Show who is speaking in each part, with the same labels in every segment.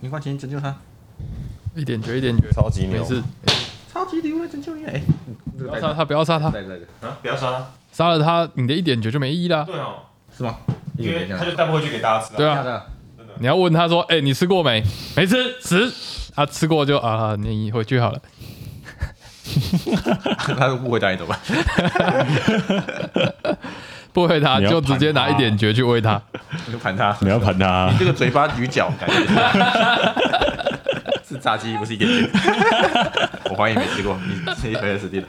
Speaker 1: 零块钱拯救他，
Speaker 2: 一点九一点九，
Speaker 3: 超级牛
Speaker 2: 没，事，
Speaker 1: 超级礼物来拯救你！哎、这
Speaker 2: 不
Speaker 1: 个带
Speaker 2: 要杀
Speaker 1: 着
Speaker 2: 他，不要杀他，
Speaker 1: 带着带着
Speaker 3: 啊，不要杀他，
Speaker 2: 杀了他，你的一点九就没意义啦。
Speaker 3: 对哦，
Speaker 1: 是吗？
Speaker 3: 因为他
Speaker 1: 他
Speaker 3: 就带不回去给大家吃啊，
Speaker 2: 对
Speaker 1: 假
Speaker 2: 啊，
Speaker 1: 的，
Speaker 2: 你要问他说，哎，你吃过没？没吃，吃。啊，吃过就啊，你回去好了。
Speaker 1: 他都不回答你怎么办？
Speaker 2: 不回答
Speaker 4: 你要
Speaker 2: 就直接
Speaker 4: 盘
Speaker 2: 拿一
Speaker 4: 他
Speaker 2: 点绝去喂他。
Speaker 1: 你就盘他，
Speaker 4: 你要盘他啊、
Speaker 1: 这个嘴巴鱼角感觉 是炸鸡，不是一点点。我怀疑没吃过，你吃一回就死定了。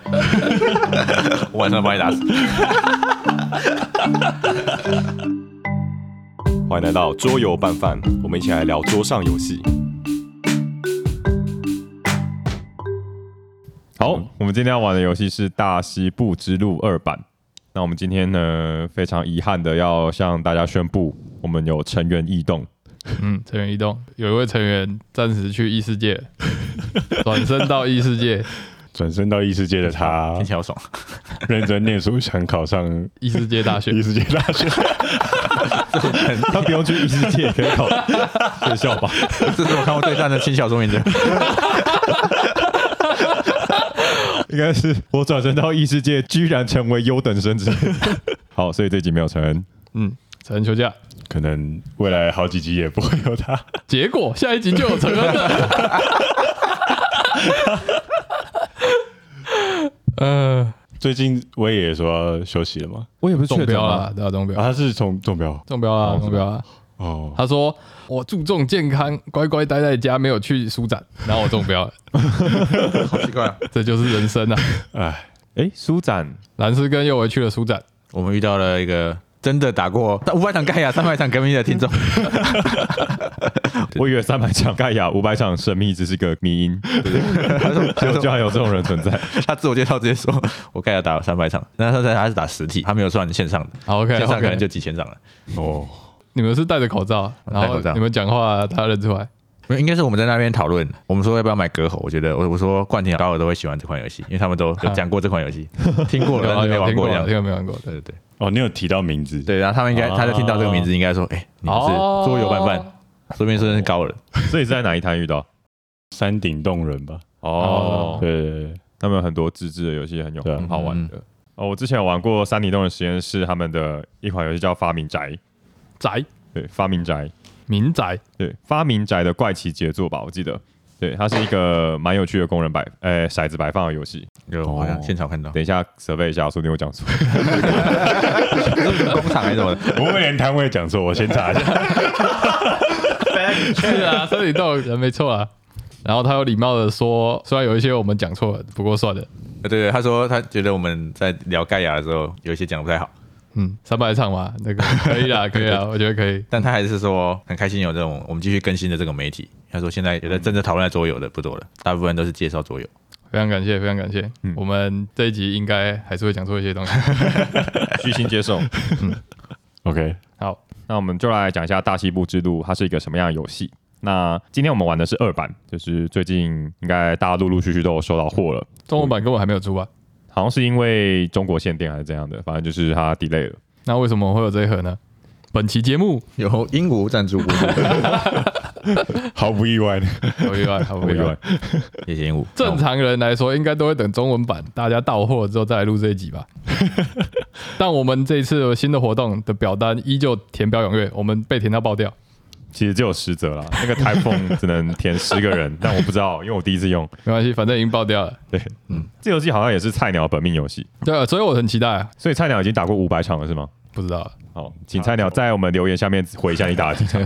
Speaker 1: 我晚上把你打死。
Speaker 3: 欢迎来到桌游拌饭，我们一起来聊桌上游戏。
Speaker 4: 好，我们今天要玩的游戏是《大西部之路二版》。那我们今天呢，非常遗憾的要向大家宣布，我们有成员异动。
Speaker 2: 嗯，成员异动，有一位成员暂时去异世界， 转身到异世界，
Speaker 4: 转身到异世界的 他
Speaker 1: 听，起来好爽。
Speaker 4: 认真念书，想考上
Speaker 2: 异世界 大学
Speaker 4: 异。世界大学。他不用去异世界，也可以考 学校吧？
Speaker 1: 这是我看过最赞的轻小说名字。
Speaker 4: 应该是我转身到异世界，居然成为优等生之 类的。好，所以这集没有成恩，
Speaker 2: 嗯，成人休假，
Speaker 4: 可能未来好几集也不会有他。
Speaker 2: 结果下一集就有成人了。呃，
Speaker 4: 最近我也说要休息了嘛，我也 不是
Speaker 2: 中
Speaker 4: 确诊
Speaker 2: 标
Speaker 4: 啊
Speaker 2: 啦，，对啊，中标，
Speaker 4: 他是从中标
Speaker 2: 中标啦，
Speaker 4: 哦
Speaker 2: 中标啦。
Speaker 4: 哦，
Speaker 2: 他说我注重健康，乖乖待在家，没有去舒展，然后我中标了，
Speaker 1: 好奇怪、啊，
Speaker 2: 这就是人生啊。
Speaker 4: 哎哎，舒展
Speaker 2: 蓝斯跟右维去了舒展，
Speaker 1: 我们遇到了一个真的打过五百场盖亚、三百场革命的听 众，
Speaker 4: 我以为三百场盖亚五百场神秘只是个迷因，结果居然有这种人 存在。
Speaker 1: 他自我介绍直接说：“我盖亚打了三百场，但他在他是打实体，他没有算线上的，
Speaker 2: 好，OK，
Speaker 1: 线上
Speaker 2: OK
Speaker 1: 可能就几千场了。
Speaker 4: 哦，
Speaker 2: 你们是戴着口罩，然
Speaker 1: 戴
Speaker 2: 后
Speaker 1: 口罩
Speaker 2: 你们讲话他认出来。
Speaker 1: 没有，应该是我们在那边讨论，我们说要不要买隔喉。我觉得我我说冠廷、高尔都会喜欢这款游戏，因为他们都有讲过这款游 戏，听过
Speaker 2: 有
Speaker 1: 了但
Speaker 2: 啊
Speaker 1: 是没
Speaker 2: 有
Speaker 1: 玩
Speaker 2: 听
Speaker 1: 过
Speaker 2: 过
Speaker 1: 这
Speaker 2: 啊，
Speaker 1: 样。
Speaker 2: 听过没玩过？对
Speaker 1: 对对对
Speaker 4: 哦，你有提到名字，
Speaker 1: 对，然后他们应该
Speaker 4: 啊
Speaker 1: 他就听到这个名字，应该说：“哎，你们是
Speaker 2: 哦
Speaker 1: 桌游拌饭，说不定是高尔。
Speaker 4: 所以是在哪一摊遇到？
Speaker 5: 山顶洞人吧，
Speaker 4: 哦，
Speaker 5: 对对对，
Speaker 4: 他们有很多自制的游戏很有
Speaker 5: 对啊
Speaker 4: 很好
Speaker 1: 嗯
Speaker 4: 玩的。哦，我之前有玩过三里洞的实验室，他们的一款游戏叫发明宅，
Speaker 2: 宅
Speaker 4: 对，发明宅，
Speaker 2: 民宅，
Speaker 4: 对，发明宅的怪奇杰作吧，我记得。对，它是一个蛮有趣的工人摆，呃、骰子摆放的游戏。”
Speaker 1: 有，我好像现场 看到，
Speaker 4: 等一下 survey 一下，说不定我讲 错。
Speaker 1: 工厂还是什么的，
Speaker 5: 我会连摊位讲错，我先查一下。
Speaker 2: 是啊，这里都有人没错啊。然后他有礼貌的说，虽然有一些我们讲错了，不过算了。
Speaker 1: 对对，他说他觉得我们在聊盖亚的时候，有一些讲的不太好，
Speaker 2: 嗯，三百场嘛，那个可以啦，可以 啦，我觉得可以。
Speaker 1: 但他还是说很开心有这种我们继续更新的这个媒体。他说现在有在真正讨论桌游的不多了，大部分都是介绍桌游。
Speaker 2: 非常感谢，非常感谢。
Speaker 1: 嗯
Speaker 2: 我们这一集应该还是会讲错一些东西。
Speaker 4: 虚心接 受。
Speaker 5: OK，
Speaker 2: 好，
Speaker 4: 那我们就来讲一下《大西部之路》它是一个什么样的游戏。那今天我们玩的是二版，就是最近应该大家陆陆续续都有收到货了，
Speaker 2: 中文版根本还没有出啊，
Speaker 4: 好像是因为中国限电还是怎样的，反正就是它 delay 了。
Speaker 2: 那为什么会有这一盒呢？本期节目
Speaker 1: 有英国赞助播出，
Speaker 5: 毫不意外，
Speaker 2: 有意外，好不意外。
Speaker 1: 谢谢鹦鹉。
Speaker 2: 正常人来说，应该都会等中文版大家到货之后再来录这一集 吧。但我们这一次有新的活动的表单依旧填表踊跃，我们被填到爆掉，
Speaker 4: 其实只有十则啦，那个 Typhoon 只能填十个人，但我不知道，因为我第一次用。
Speaker 2: 没关系，反正已经爆掉了。
Speaker 4: 这游戏好像也是菜鸟本命游戏，
Speaker 2: 对啊，所以我很期待啊。
Speaker 4: 所以菜鸟已经打过五百场了，是吗？
Speaker 2: 不知道，
Speaker 4: 好，请菜鸟在我们留言下面回一下你打了几场。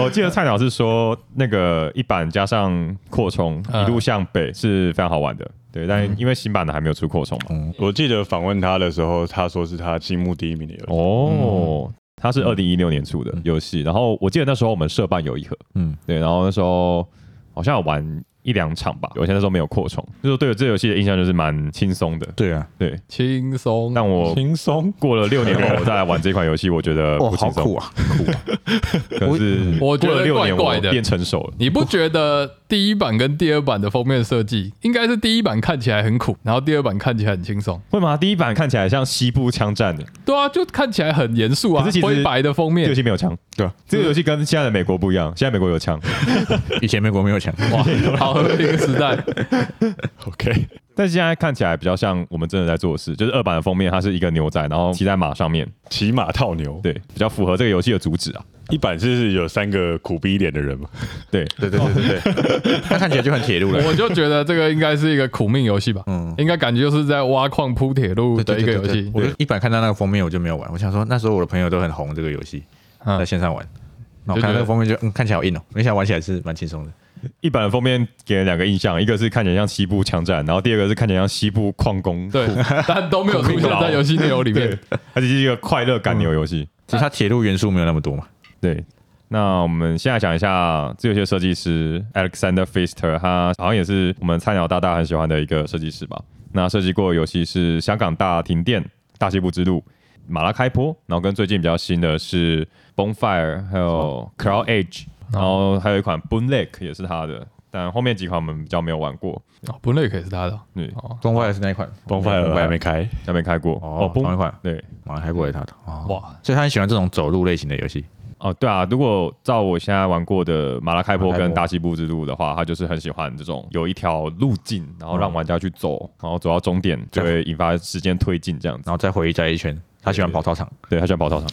Speaker 4: 我记得菜鸟是说那个一版加上扩充
Speaker 2: 嗯
Speaker 4: 一路向北是非常好玩的，对，但因为新版的还没有出扩充嘛。
Speaker 5: 我记得访问他的时候，他说是他心目第一名的游戏。
Speaker 4: 哦，它是二零一六年出的游戏，然后我记得那时候我们社办有一盒，
Speaker 1: 嗯
Speaker 4: 对，然后那时候好像有玩一两场吧，我现在那时候没有扩充，就是对我这游戏的印象就是蛮轻松的。
Speaker 5: 对啊，
Speaker 4: 对，
Speaker 2: 轻松。
Speaker 4: 但我
Speaker 5: 轻松。
Speaker 4: 过了六年后我再来玩这款游戏，我觉得
Speaker 1: 哇，
Speaker 4: 不
Speaker 1: 好
Speaker 4: 轻
Speaker 1: 苦
Speaker 4: 松。
Speaker 1: 啊！
Speaker 4: 可是
Speaker 2: 我我觉得
Speaker 4: 过了六年
Speaker 2: 怪怪
Speaker 4: 我
Speaker 2: 的
Speaker 4: 变成熟了。
Speaker 2: 你不觉得第一版跟第二版的封面设计，应该是第一版看起来很苦，然后第二版看起来很轻松？
Speaker 4: 会吗？第一版看起来像西部枪战的，
Speaker 2: 对啊，就看起来很严肃啊
Speaker 4: 可是其，实
Speaker 2: 灰白的封
Speaker 4: 这个 游
Speaker 2: 面，
Speaker 4: 戏没有枪。
Speaker 5: 对啊，
Speaker 4: 这个游戏跟现在的美国不一样，现在美国有枪，
Speaker 1: 以前美国没有强，
Speaker 2: 哇，好和平时代。
Speaker 5: OK，
Speaker 4: 但现在看起来比较像我们真的在做的事。就是二版的封面，它是一个牛仔，然后骑在马上面，
Speaker 5: 骑马套牛。
Speaker 4: 对，比较符合这个游戏的主旨啊。
Speaker 5: 一版是有三个苦逼脸的人嘛？
Speaker 4: 对，
Speaker 1: 对对对对对，他看起来就很铁路了。
Speaker 2: 我就觉得这个应该是一个苦命游戏吧，
Speaker 1: 嗯
Speaker 2: 应该感觉就是在挖矿铺铁路
Speaker 1: 对对
Speaker 2: 的一个
Speaker 1: 对
Speaker 2: 游
Speaker 1: 对对
Speaker 2: 戏，
Speaker 1: 我就一版看到那个封面我就没有玩，我想说那时候我的朋友都很红这个游戏，
Speaker 2: 嗯
Speaker 1: 在线上玩，那我
Speaker 2: 就觉
Speaker 1: 看
Speaker 2: 得
Speaker 1: 那个封面就嗯看起来好硬哦，没想到玩起来是蛮轻松的。
Speaker 4: 一版的封面给人两个印象，一个是看起来像西部枪战，然后第二个是看起来像西部矿工，
Speaker 2: 对， 但都没有出现
Speaker 4: 苦命佬
Speaker 2: 在游戏内容里面。
Speaker 4: 它就是一个快乐赶牛游戏。
Speaker 1: 其实它铁路元素没有那么多嘛，
Speaker 4: 对，那我们现在讲一下这游戏的设计师 Alexander Fister，他好像也是我们菜鸟大大很喜欢的一个设计师吧？那设计过的游戏是《香港大停电》《大西部之路》《马拉开坡》，然后跟最近比较新的是《Bonfire》还有《Cloud Age》，然后还有一款《Boon Lake》也是他的，但后面几款我们比较没有玩过，
Speaker 2: 哦，不累可以是他的哦，
Speaker 4: 对，
Speaker 1: 东快是那一款，
Speaker 5: 崩坏了还没开，
Speaker 4: 还没开过
Speaker 1: 哦，
Speaker 4: Boon-
Speaker 1: 同一款，
Speaker 4: 对，
Speaker 1: 马来过也他的哦，
Speaker 2: 哇，
Speaker 1: 所以他很喜欢这种走路类型的游戏。
Speaker 4: 哦，对啊，如果照我现在玩过的《马拉开坡》
Speaker 1: 马拉开
Speaker 4: 跟
Speaker 1: 坡
Speaker 4: 《大西部之路》的话，他就是很喜欢这种有一条路径，然后让玩家去走，然后走到终点就会引发时间推进这样子。
Speaker 1: 然后再回家一圈。他喜欢跑操场，
Speaker 4: 对他喜欢跑操场，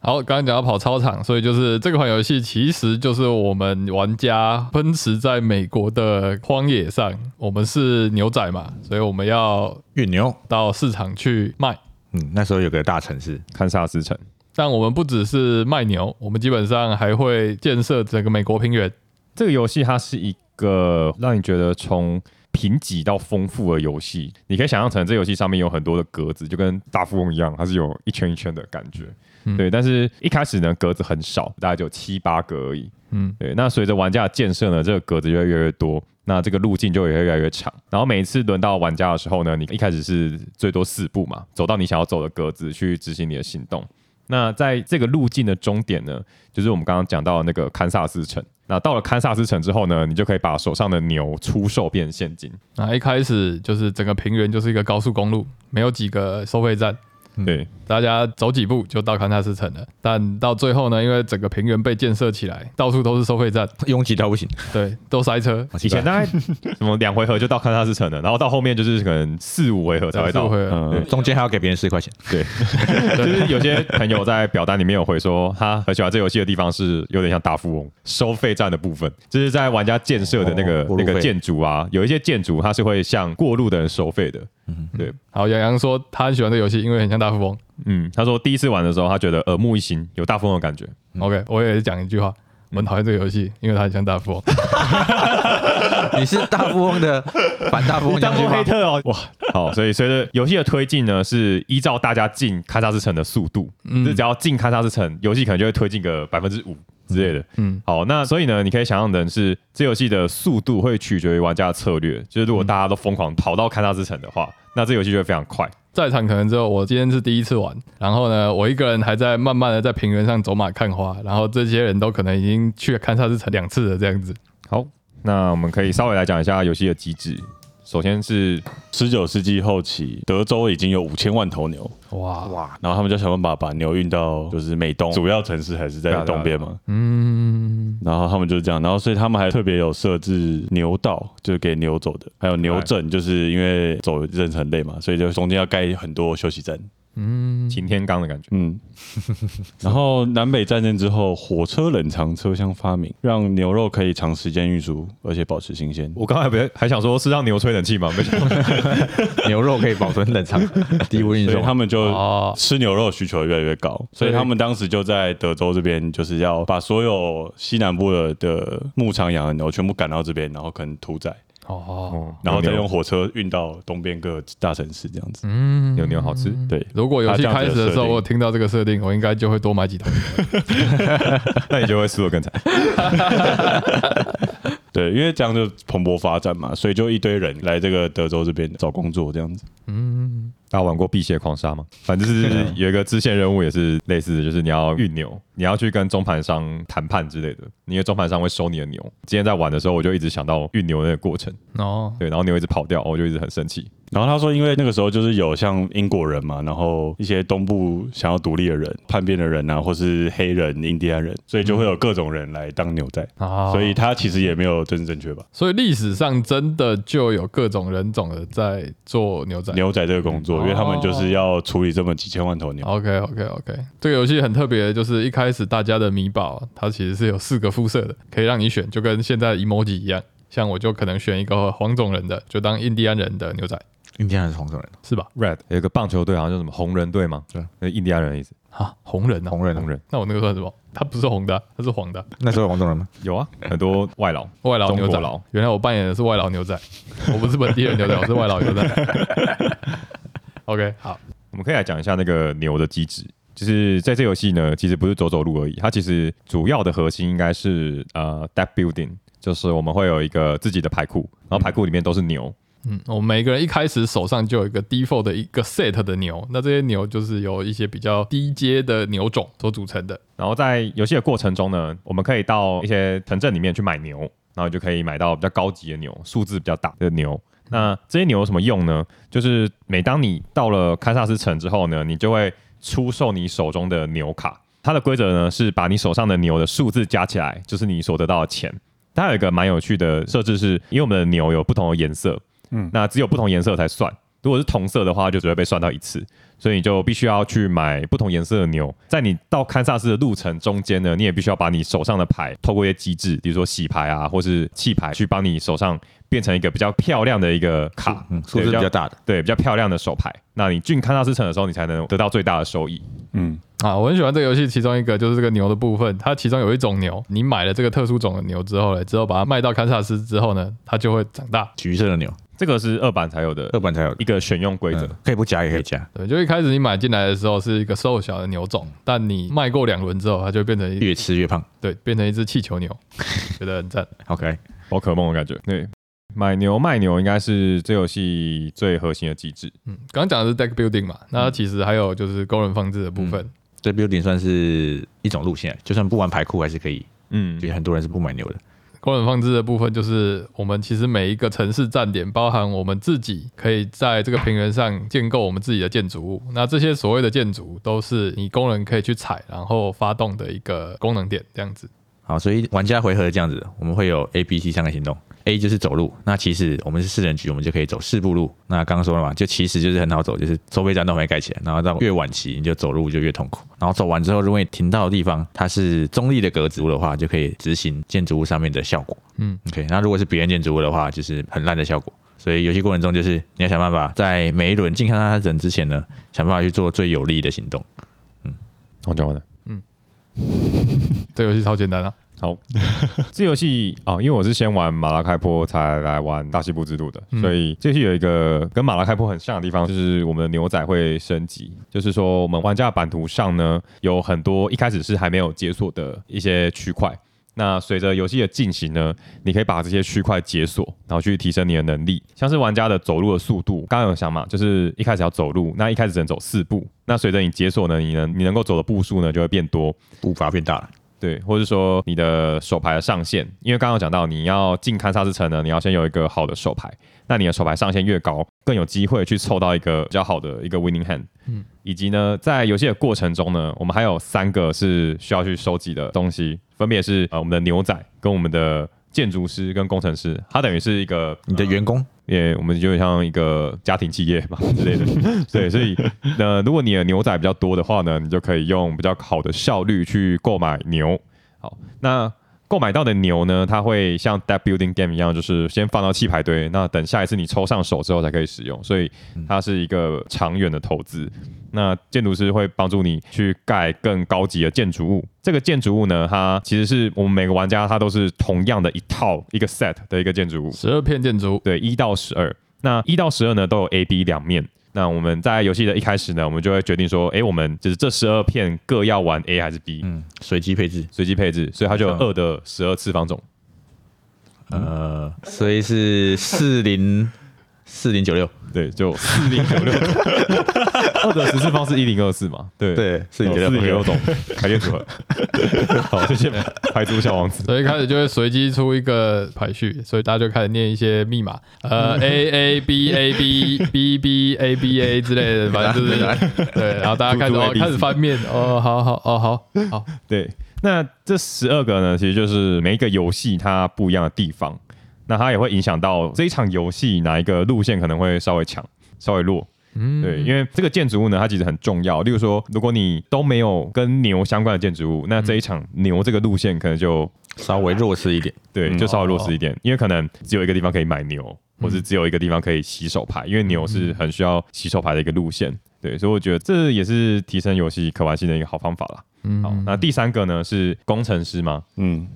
Speaker 2: 好，刚刚讲到跑操场，所以就是这款游戏其实就是我们玩家奔驰在美国的荒野上，我们是牛仔嘛，所以我们要
Speaker 1: 运牛。
Speaker 2: 到市场去卖。
Speaker 1: 嗯，那时候有个大城市，
Speaker 4: 堪萨斯城。
Speaker 2: 但我们不只是卖牛，我们基本上还会建设整个美国平原。
Speaker 4: 这个游戏它是一个让你觉得从贫瘠到丰富的游戏，你可以想象成这游戏上面有很多的格子，就跟大富翁一样，它是有一圈一圈的感觉。
Speaker 2: 嗯
Speaker 4: 对，但是一开始呢，格子很少，大概就七八格而已。
Speaker 2: 嗯，
Speaker 4: 对，那随着玩家的建设呢，这个格子就会越来越多，那这个路径就也会越来越长。然后每一次轮到玩家的时候呢，你一开始是最多四步嘛，走到你想要走的格子去执行你的行动。那在这个路径的终点呢，就是我们刚刚讲到的那个堪萨斯城。那到了堪萨斯城之后呢，你就可以把手上的牛出售变成现金。
Speaker 2: 那一开始就是整个平原就是一个高速公路，没有几个收费站，
Speaker 4: 对，
Speaker 2: 大家走几步就到堪萨斯城了。但到最后呢，因为整个平原被建设起来，到处都是收费站，
Speaker 1: 拥挤到不 行。
Speaker 2: 对， 都塞车。
Speaker 4: 以前大概什么两回合就到堪萨斯城了，然后到后面就是可能四五回合才会到。
Speaker 2: 四五回合
Speaker 4: 嗯，
Speaker 1: 中间还要给别人四块钱，
Speaker 4: 就是有些朋友在表单里面有回说，他很喜欢这游戏的地方是有点像大富翁收费站的部分，就是在玩家建设的那个、
Speaker 1: 哦过路
Speaker 4: 那
Speaker 1: 费
Speaker 4: 个建筑啊，有一些建筑它是会向过路的人收费的。
Speaker 1: 嗯
Speaker 4: 对，
Speaker 2: 好，洋洋说他很喜欢这游戏，因为很像大富翁。
Speaker 4: 嗯，他说第一次玩的时候，他觉得耳目一新，有大富翁的感觉。
Speaker 5: 嗯
Speaker 2: OK，我也讲一句话，我很讨厌这个游戏，因为它很像大富翁。
Speaker 1: 你是大富翁的反大富 翁将军吗？
Speaker 4: 特哦，哇！好，所以随着游戏的推进呢，是依照大家进堪萨斯城的速度，就是只要进堪萨斯城，游戏可能就会推进个百分之五之类的。
Speaker 2: 嗯
Speaker 4: 嗯，好，那所以呢，你可以想象成是这游戏的速度会取决于玩家的策略，就是如果大家都疯狂跑到堪萨斯城的话，那这游戏就会非常快。
Speaker 2: 在场可能只有我今天是第一次玩，然后呢，我一个人还在慢慢的在平原上走马看花，然后这些人都可能已经去堪萨斯城两次了，这样子。
Speaker 4: 好，那我们可以稍微来讲一下游戏的机制。首先是
Speaker 5: 十九世纪后期，德州已经有五千万头牛，
Speaker 2: 哇哇，
Speaker 5: 然后他们就想办法把牛运到就是美东主要城市，还是
Speaker 4: 对啊
Speaker 5: 在
Speaker 4: 对啊
Speaker 5: 东边嘛。
Speaker 2: 嗯，
Speaker 5: 然后他们就是这样，然后所以他们还特别有设置牛道，就是给牛走的，还有牛镇，就是因为走人很累嘛，所以就中间要盖很多休息站。
Speaker 4: 擎天岗的感觉，
Speaker 5: 嗯，然后南北战争之后，火车冷藏车厢发明，让牛肉可以长时间运输，而且保持新鲜。
Speaker 4: 我刚才不是还想说是让牛吹冷气吗？没想到
Speaker 1: 牛肉可以保存冷藏， 低温运
Speaker 5: 所以
Speaker 1: 送。
Speaker 5: 他们就
Speaker 2: 哦
Speaker 5: 吃牛肉需求越来越高，所以他们当时就在德州这边，就是要把所有西南部的的牧场养的牛全部赶到这边，然后可能屠宰，
Speaker 2: 哦，
Speaker 4: 哦，
Speaker 5: 然后再
Speaker 4: 牛
Speaker 5: 用火车运到东边各大城市这样子。
Speaker 2: 嗯，
Speaker 4: 牛牛好吃，
Speaker 5: 对，
Speaker 2: 如果游戏
Speaker 5: 它这
Speaker 2: 开
Speaker 5: 样
Speaker 2: 始
Speaker 5: 子的
Speaker 2: 的时候，
Speaker 5: 设定
Speaker 2: 我听到这个设定，我应该就会多买几桶。
Speaker 4: 那你就会输的更惨。
Speaker 5: 对，因为这样就蓬勃发展嘛，所以就一堆人来这个德州这边找工作这样子。
Speaker 2: 嗯，
Speaker 4: 大家玩过《辟邪狂杀》吗？反正就是有一个支线任务也是类似的，就是你要运牛，你要去跟中盘商谈判之类的，因为中盘商会收你的牛。今天在玩的时候，我就一直想到运牛的那个过程，
Speaker 2: 哦，
Speaker 4: 对，然后牛一直跑掉，我就一直很生气。
Speaker 5: 然后他说，因为那个时候就是有像英国人嘛，然后一些东部想要独立的人、叛变的人啊，或是黑人、印第安人，所以就会有各种人来当牛仔。
Speaker 2: 啊，
Speaker 5: 所以他其实也没有真正正确吧？
Speaker 2: 所以历史上真的就有各种人种的在做牛仔。
Speaker 5: 牛仔这个工
Speaker 4: 哦
Speaker 5: 作，因为他们就是要处理这么几千万头牛。
Speaker 2: OK OK OK，这个游戏很特别，就是一开始大家的米宝它其实是有四个肤色的，可以让你选，就跟现在的 emoji 一样。像我就可能选一个黄种人的，就当印第安人的牛仔，
Speaker 1: 印第安人是红种人，
Speaker 2: 是吧？
Speaker 4: Red 有一个棒球队，好像叫什么红人队吗？
Speaker 1: 对，
Speaker 4: 那印第安人的意思。
Speaker 2: 啊，红人啊，
Speaker 1: 红人啊
Speaker 4: 红人
Speaker 2: 那我那个算什么？它不是红的啊、它是黄的啊、
Speaker 1: 那时候有红种人吗？
Speaker 4: 有啊，很多外劳，
Speaker 2: 外劳
Speaker 4: 中
Speaker 2: 牛
Speaker 4: 国
Speaker 2: 仔
Speaker 4: 佬。
Speaker 2: 原来我扮演的是外劳牛仔，我不是本地人牛仔，我是外劳牛仔。OK，好，
Speaker 4: 我们可以来讲一下那个牛的机制。就是在这游戏呢，其实不是走走路而已，它其实主要的核心应该是呃 d e p building，就是我们会有一个自己的牌库，然后牌库里面都是牛，
Speaker 2: 嗯，我们每个人一开始手上就有一个 default 的一个 set 的牛，那这些牛就是由一些比较低阶的牛种所组成的。
Speaker 4: 然后在游戏的过程中呢，我们可以到一些城镇里面去买牛，然后就可以买到比较高级的牛，数字比较大的牛。那这些牛有什么用呢？就是每当你到了堪萨斯城之后呢，你就会出售你手中的牛卡。它的规则呢是把你手上的牛的数字加起来，就是你所得到的钱。它有一个蛮有趣的设置是，因为我们的牛有不同的颜色，嗯，那只有不同颜色才算。如果是同色的话，就只会被算到一次。所以你就必须要去买不同颜色的牛。在你到堪萨斯的路程中间呢，你也必须要把你手上的牌透过一些机制，比如说洗牌啊，或是弃牌，去帮你手上变成一个比较漂亮的一个卡，
Speaker 1: 嗯，数字比较大的，
Speaker 4: 对，比较漂亮的手牌。那你进堪萨斯城的时候，你才能得到最大的收益。
Speaker 5: 嗯，
Speaker 2: 啊，我很喜欢这个游戏，其中一个就是这个牛的部分，它其中有一种牛，你买了这个特殊种的牛之后呢，之后把它卖到堪萨斯之后呢，它就会长大。
Speaker 1: 橘色的牛，
Speaker 4: 这个是二版才有的
Speaker 1: 二版才有
Speaker 4: 一个选用规则。
Speaker 1: 嗯可以不加也可以加，
Speaker 2: 对，就一开始你买进来的时候是一个瘦小的牛种，但你卖过两轮之后，它就变成一
Speaker 1: 越吃越胖，
Speaker 2: 对，变成一只气球牛，觉得很赞。
Speaker 1: 好可爱。
Speaker 4: 宝可梦的感觉。对，买牛卖牛应该是这游戏最核心的机制。
Speaker 2: 嗯，刚刚讲的是 deck building 嘛，那其实还有就是工人放置的部分。
Speaker 1: 这 building 算是一种路线，就算不玩牌库还是可以，
Speaker 4: 嗯
Speaker 1: 就，是很多人是不买牛的。
Speaker 2: 工人放置的部分就是我们其实每一个城市站点，包含我们自己可以在这个平原上建构我们自己的建筑物。那这些所谓的建筑物都是你工人可以去踩，然后发动的一个功能点，这样子。
Speaker 1: 好，所以玩家回合这样子，我们会有 A、B、C 三个行动。A 就是走路，那其实我们是四人局，我们就可以走四步路。那刚刚说了嘛，就其实就是很好走，就是收费站都还没盖起来，然后到越晚期你就走路就越痛苦。然后走完之后，如果你停到的地方它是中立的格子屋的话，就可以执行建筑物上面的效果。
Speaker 2: 嗯
Speaker 1: ，OK。那如果是别人建筑物的话，就是很烂的效果。所以游戏过程中就是你要想办法在每一轮进看他人之前呢，想办法去做最有利的行动。
Speaker 4: 我讲完了。
Speaker 2: 这游戏超简单啊！
Speaker 4: 好， 这游戏啊，因为我是先玩马拉开坡才来玩大西部之路的，
Speaker 2: 嗯
Speaker 4: 所以这游戏有一个跟马拉开坡很像的地方，就是我们的牛仔会升级，就是说我们玩家的版图上呢，有很多一开始是还没有解锁的一些区块。那随着游戏的进行呢，你可以把这些区块解锁，然后去提升你的能力。像是玩家的走路的速度，刚刚有想嘛，就是一开始要走路，那一开始只能走四步，那随着你解锁呢，你能你能够走的步数呢就会变多，
Speaker 1: 步伐变大了，
Speaker 4: 对，或者说你的手牌的上限，因为刚刚有讲到你要进堪萨斯城呢，你要先有一个好的手牌，那你的手牌上限越高，更有机会去凑到一个比较好的一个 winning hand。
Speaker 2: 嗯
Speaker 4: 嗯，以及呢，在游戏的过程中呢，我们还有三个是需要去收集的东西，分别是呃我们的牛仔跟我们的建筑师跟工程师，它等于是一个
Speaker 1: 你的员工。
Speaker 4: 也我们就像一个家庭企业嘛 之类的，对，所以呃，如果你的牛仔比较多的话呢，你就可以用比较好的效率去购买牛。好，那购买到的牛呢，它会像 That Building Game 一样，就是先放到弃牌堆，那等下一次你抽上手之后才可以使用，所以它是一个长远的投资。那建筑师会帮助你去盖更高级的建筑物。这个建筑物呢，它其实是我们每个玩家他都是同样的一套一个 set 的一个建筑物，
Speaker 2: 十二片建筑，
Speaker 4: 对，一到十二。那一到十二呢，都有 A、B 两面。那我们在游戏的一开始呢，我们就会决定说，诶，我们就是这十二片各要玩 A 还是 B，
Speaker 1: 嗯，随机配置，
Speaker 4: 随机配置，所以它就有
Speaker 1: 嗯
Speaker 4: 二的十二次方种。
Speaker 1: 呃，所以是四零四零九六，
Speaker 4: 对，就四零九六，二的十次方是一零二四嘛？对，
Speaker 1: 对，四零
Speaker 4: 哦四
Speaker 1: 九
Speaker 4: 零
Speaker 1: 六
Speaker 4: 九种排列组合。好，谢谢排除小王子。
Speaker 2: 所以一开始就会随机出一个排序，所以大家就开始念一些密码，
Speaker 4: 嗯
Speaker 2: 呃 A A B A B B B A B A 之类的，反正就是对，然后大家开始
Speaker 4: 猪猪
Speaker 2: 哦
Speaker 4: ABC
Speaker 2: 开始翻面，哦好好哦好好，
Speaker 4: 对，那这十二个呢，其实就是每一个游戏它不一样的地方，那它也会影响到这一场游戏哪一个路线可能会稍微强，稍微弱。
Speaker 2: 嗯，
Speaker 4: 对，因为这个建筑物呢，它其实很重要。例如说，如果你都没有跟牛相关的建筑物，那
Speaker 2: 嗯
Speaker 4: 这一场牛这个路线可能就
Speaker 1: 稍微弱势一点，
Speaker 4: 对，
Speaker 5: 嗯
Speaker 4: 就稍微弱势一
Speaker 2: 哦
Speaker 4: 点，因为可能只有一个地方可以买牛，或是只有一个地方可以洗手
Speaker 2: 嗯
Speaker 4: 牌，因为牛是很需要洗手牌的一个路线。对，所以我觉得这也是提升游戏可玩性的一个好方法啦。
Speaker 2: 嗯
Speaker 4: 好，那第三个呢是工程师吗？
Speaker 5: 嗯，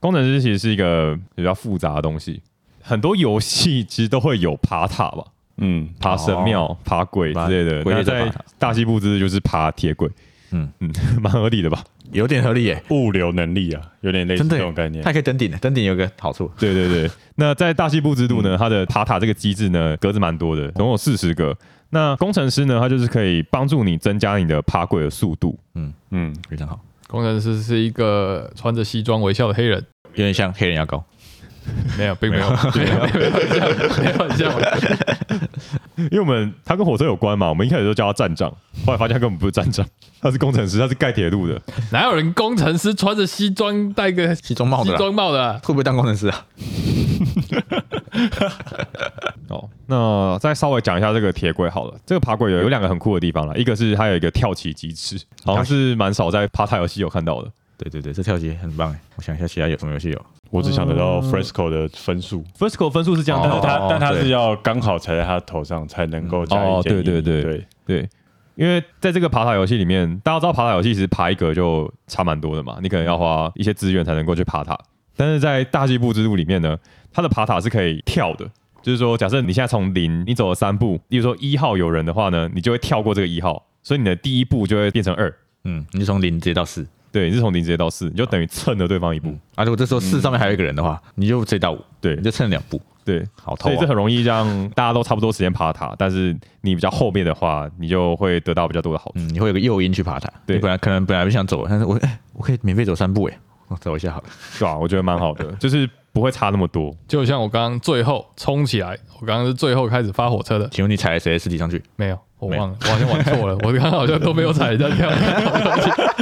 Speaker 4: 工程师其实是一个比较复杂的东西，很多游戏其实都会有爬塔吧，
Speaker 5: 嗯，
Speaker 4: 爬神庙、爬鬼之类的。
Speaker 1: 哦鬼
Speaker 4: 那
Speaker 1: 猎者
Speaker 4: 在
Speaker 1: 爬塔
Speaker 4: 大西部之日就是爬铁轨，嗯
Speaker 1: 嗯
Speaker 4: 嗯， 蛮合理的吧？
Speaker 1: 有点合理耶，
Speaker 5: 物流能力啊，有点类似
Speaker 1: 真的
Speaker 5: 这
Speaker 1: 耶
Speaker 5: 种概念
Speaker 1: 它。还可以登顶的，登顶有个好处，
Speaker 4: 对对对，那在大西部之
Speaker 1: 嗯
Speaker 4: 路呢，它的爬塔这个机制呢，格子蛮多
Speaker 1: 哦
Speaker 4: 的，总共有四十个。那工程师呢，他就是可以帮助你增加你的爬轨的速度。
Speaker 5: 嗯，
Speaker 1: 非常好，
Speaker 2: 工程师是一个穿着西装微笑的黑人，
Speaker 1: 有点像黑人牙膏，
Speaker 2: 没有，并没有， 啊并没有，没有很像，没有很像，
Speaker 4: 因为我们他跟火车有关嘛，我们一开始就叫他站长，后来发现他根本不是站长，他是工程师，他是盖铁路的。
Speaker 2: 哪有人工程师穿着西装戴个 西
Speaker 1: 西装帽的啦，
Speaker 2: 装帽的啊？
Speaker 1: 会不会当工程师啊？
Speaker 4: 哦，那再稍微讲一下这个铁轨好了。这个爬轨有有两个很酷的地方啦，一个是它有一个跳起机制，好像是蛮少在爬塔游戏有看到的。
Speaker 1: 对对对，这跳棋很棒哎，我想一下其他有什么游戏有，
Speaker 5: 我只想得
Speaker 4: 哦
Speaker 5: 到 Fresco 的分数，
Speaker 4: Frisco 分数是这样，
Speaker 1: 哦
Speaker 5: 但
Speaker 4: 但是
Speaker 5: 是
Speaker 4: 它
Speaker 5: 他但他
Speaker 1: 对
Speaker 5: 是要刚好踩在他头上才能够加
Speaker 4: 哦
Speaker 5: 以建议。
Speaker 4: 对对对
Speaker 5: 对，
Speaker 4: 对，因为在这个爬塔游戏里面，大家知道爬塔游戏其实爬一格就差蛮多的嘛，你可能要花一些资源才能够去爬塔。但是在大西部之路里面呢，它的爬塔是可以跳的，就是说，假设你现在从零，你走了三步，例如说一号有人的话呢，你就会跳过这个一号，所以你的第一步就会变成二，
Speaker 1: 嗯，你就从零直接到四，
Speaker 4: 对，你是从零直接到四，你就等于蹭了对方一步。嗯
Speaker 1: 啊，如果这时候四上面还有一个人的话，你就直接到五，
Speaker 4: 对
Speaker 1: 你就蹭两步，
Speaker 4: 对，
Speaker 1: 好透
Speaker 4: 所以这
Speaker 1: 啊，
Speaker 4: 很容易让大家都差不多时间爬塔，但是你比较后面的话，你就会得到比较多的好处。
Speaker 1: 嗯，你会有个诱因去爬它，
Speaker 4: 对
Speaker 1: 你本来可能本来不想走，但是我哎，我可以免费走三步哎，我走一下好了，
Speaker 4: 对啊，我觉得蛮 好的，就是不会差那么多。
Speaker 2: 就像我刚刚最后冲起来，我刚刚是最后开始发火车的，
Speaker 1: 请问你踩了谁的尸体上去？
Speaker 2: 没有，我
Speaker 1: 没有
Speaker 2: 忘了，我好像玩错 了，我刚刚好像都没有踩人家 跳。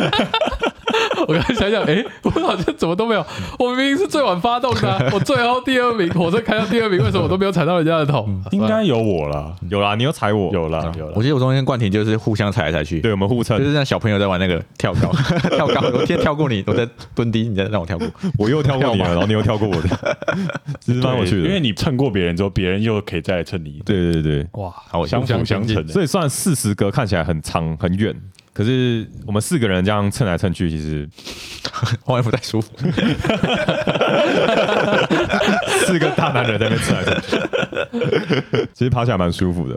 Speaker 2: 我刚才想想，哎、我好像怎么都没有，我明明是最晚发动的啊、 我最后第二名，火车开到第二名，为什么我都没有踩到人家的头？
Speaker 5: 应该有我啦，
Speaker 4: 有啦，你有踩我，啊
Speaker 5: 有啦，有
Speaker 1: 我
Speaker 5: 啦。
Speaker 1: 记得我中间跟冠廷就是互相踩来踩去，
Speaker 4: 对我们互
Speaker 1: 就
Speaker 4: 蹭，
Speaker 1: 是像小朋友在玩那个跳 高，跳高，我先跳过你，我再蹲低，你再让我跳过。
Speaker 4: 我又跳过你了，然后你又跳过我 的，其实蛮有趣
Speaker 5: 对
Speaker 4: 的。
Speaker 5: 因为你蹭过别人之后，别人又可以再来蹭你，
Speaker 4: 对对对，
Speaker 2: 哇，
Speaker 1: 好，我
Speaker 5: 相
Speaker 2: 相
Speaker 5: 辅相
Speaker 2: 竞
Speaker 5: 成的。
Speaker 4: 所以算四十格看起来很长很远，可是我们四个人这样蹭来蹭去，其实
Speaker 1: 换衣服太舒服。
Speaker 4: 四个大男人在那边吃来吃去， 其实爬起来蛮舒服的。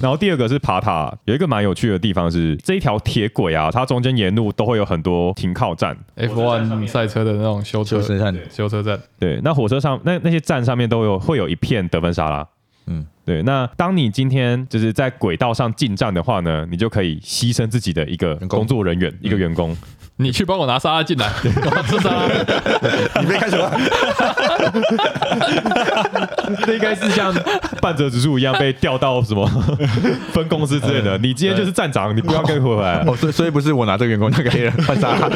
Speaker 4: 然后第二个是爬塔，有一个蛮有趣的地方是这一条铁轨啊，它中间沿路都会有很多停靠站。
Speaker 2: F1 赛车的那种修车
Speaker 1: 修车站
Speaker 2: 修车站，
Speaker 4: 对，那火车上那那些站上面都有会有一片得分沙拉。嗯
Speaker 1: 嗯，
Speaker 4: 对。那当你今天就是在轨道上进站的话呢，你就可以牺牲自己的一个
Speaker 1: 工
Speaker 4: 工作人员，一个员工。
Speaker 2: 你去帮我拿沙拉进 来，我要吃沙拉。
Speaker 1: 你被开除了？
Speaker 4: 这应该是像半泽直树一样被调到什么 分公司之类的。你今天就是站长，你不要跟回来。
Speaker 1: 哦，所以所以不是我拿这个员工那个黑人换 沙拉，